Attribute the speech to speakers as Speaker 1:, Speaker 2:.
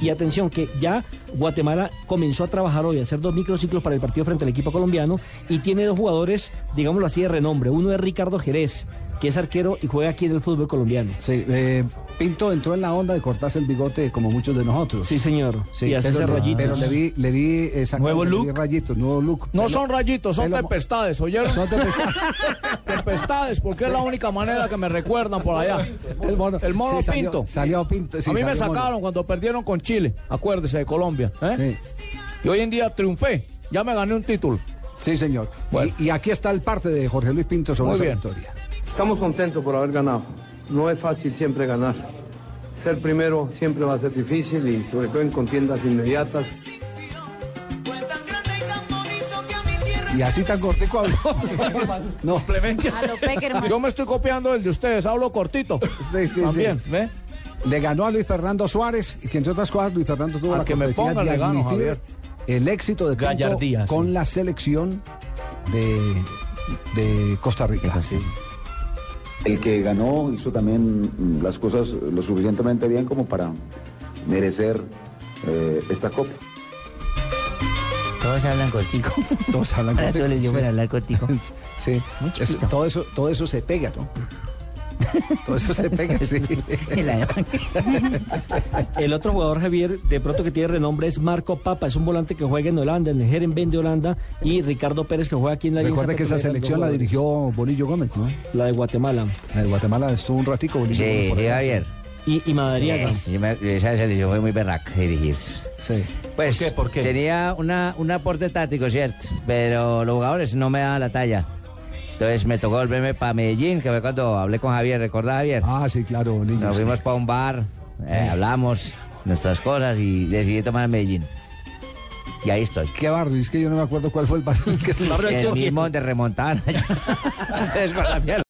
Speaker 1: Y atención, que ya Guatemala comenzó a trabajar hoy, a hacer dos microciclos para el partido frente al equipo colombiano y tiene dos jugadores, digámoslo así, de renombre. Uno es Ricardo Jerez, que es arquero y juega aquí en el fútbol colombiano.
Speaker 2: Sí, eh, Pinto entró en la onda de cortarse el bigote como muchos de nosotros.
Speaker 1: Sí, señor.
Speaker 2: Sí,
Speaker 1: y hacerse
Speaker 2: pero,
Speaker 1: rayitos.
Speaker 2: pero le vi, le vi eh, sacar-
Speaker 3: Nuevo
Speaker 2: le vi
Speaker 3: look.
Speaker 2: rayitos, nuevo look.
Speaker 3: No
Speaker 2: Pelo-
Speaker 3: son rayitos, son
Speaker 2: pelo-
Speaker 3: tempestades, ¿oyeron?
Speaker 2: Son tempestades.
Speaker 3: Tempestades, porque es la única manera que me recuerdan por allá.
Speaker 2: El mono,
Speaker 3: El mono
Speaker 2: Sí, salió-
Speaker 3: Pinto.
Speaker 2: Salió Pinto. sí,
Speaker 3: a mí me
Speaker 2: salió mono.
Speaker 3: sacaron cuando perdieron con Chile, acuérdese, de Colombia. ¿eh?
Speaker 2: Sí.
Speaker 3: Y hoy en día triunfé, ya me gané un título.
Speaker 2: Sí, señor.
Speaker 3: Bueno.
Speaker 2: Y, y aquí está el parte de Jorge Luis Pinto sobre
Speaker 3: Muy
Speaker 2: esa
Speaker 3: bien.
Speaker 2: victoria.
Speaker 4: Estamos contentos por haber ganado. No es fácil siempre ganar. Ser primero siempre va a ser difícil y sobre todo en contiendas inmediatas.
Speaker 5: Fue tan grande y tan bonito que a mi tierra
Speaker 2: Y así tan cortico habló. no,
Speaker 6: A lo Peckerman.
Speaker 3: Yo me estoy copiando el de ustedes, hablo cortito.
Speaker 2: Sí, sí,
Speaker 3: También, ¿ve?
Speaker 2: le ganó a Luis Fernando Suárez, y que entre otras cosas Luis Fernando tuvo
Speaker 3: Al
Speaker 2: la
Speaker 3: que me
Speaker 2: cortesía
Speaker 3: ponga
Speaker 2: de
Speaker 3: le gano,
Speaker 2: admitir
Speaker 3: Javier.
Speaker 2: el éxito de Pinto
Speaker 3: Gallardía, sí.
Speaker 2: con la selección de, de Costa Rica.
Speaker 7: El que ganó hizo también mm, las cosas lo suficientemente bien como para merecer eh, esta copa.
Speaker 8: Todos hablan cortico.
Speaker 2: Todos hablan
Speaker 8: Ahora
Speaker 2: cortico,
Speaker 8: todos les dio
Speaker 2: sí.
Speaker 8: para hablar cortico.
Speaker 2: Sí,
Speaker 8: Muy
Speaker 2: eso-
Speaker 8: chiquito.
Speaker 2: todo, eso, todo eso se pega, ¿no? todo eso se pega, sí.
Speaker 8: En la-
Speaker 1: El otro jugador, Javier, de pronto que tiene renombre es Marco Papa, es un volante que juega en Holanda, en el Herenveen de Holanda, y Ricardo Pérez que juega aquí en la Alianza
Speaker 2: Recuerda que esa
Speaker 1: Petrolera, dos
Speaker 2: selección la
Speaker 1: jugadores.
Speaker 2: dirigió Bolillo Gómez, ¿no?
Speaker 1: La de Guatemala
Speaker 2: La de Guatemala estuvo un ratico
Speaker 8: Sí,
Speaker 2: Bolillo Gómez.
Speaker 8: sí,
Speaker 2: por allá,
Speaker 8: Javier.
Speaker 1: y, y Madariaga.
Speaker 8: Sí, yo me- Esa selección fue muy berraca dirigir.
Speaker 2: Sí.
Speaker 8: Pues
Speaker 3: ¿Por qué? ¿Por qué?
Speaker 8: tenía una, un aporte táctico, ¿cierto? Pero los jugadores no me daban la talla. Entonces me tocó volverme para Medellín, que fue cuando hablé con Javier, ¿recordás Javier?
Speaker 2: Ah, sí, claro, Bolillo.
Speaker 8: Nos
Speaker 2: sí.
Speaker 8: fuimos para un bar, eh, hablamos nuestras cosas y decidí tomar Medellín. Y ahí estoy.
Speaker 2: ¿Qué barrio? Es que yo no me acuerdo cuál fue el barrio en el que estaba.
Speaker 8: El mismo de remontar. Entonces, con la mierda.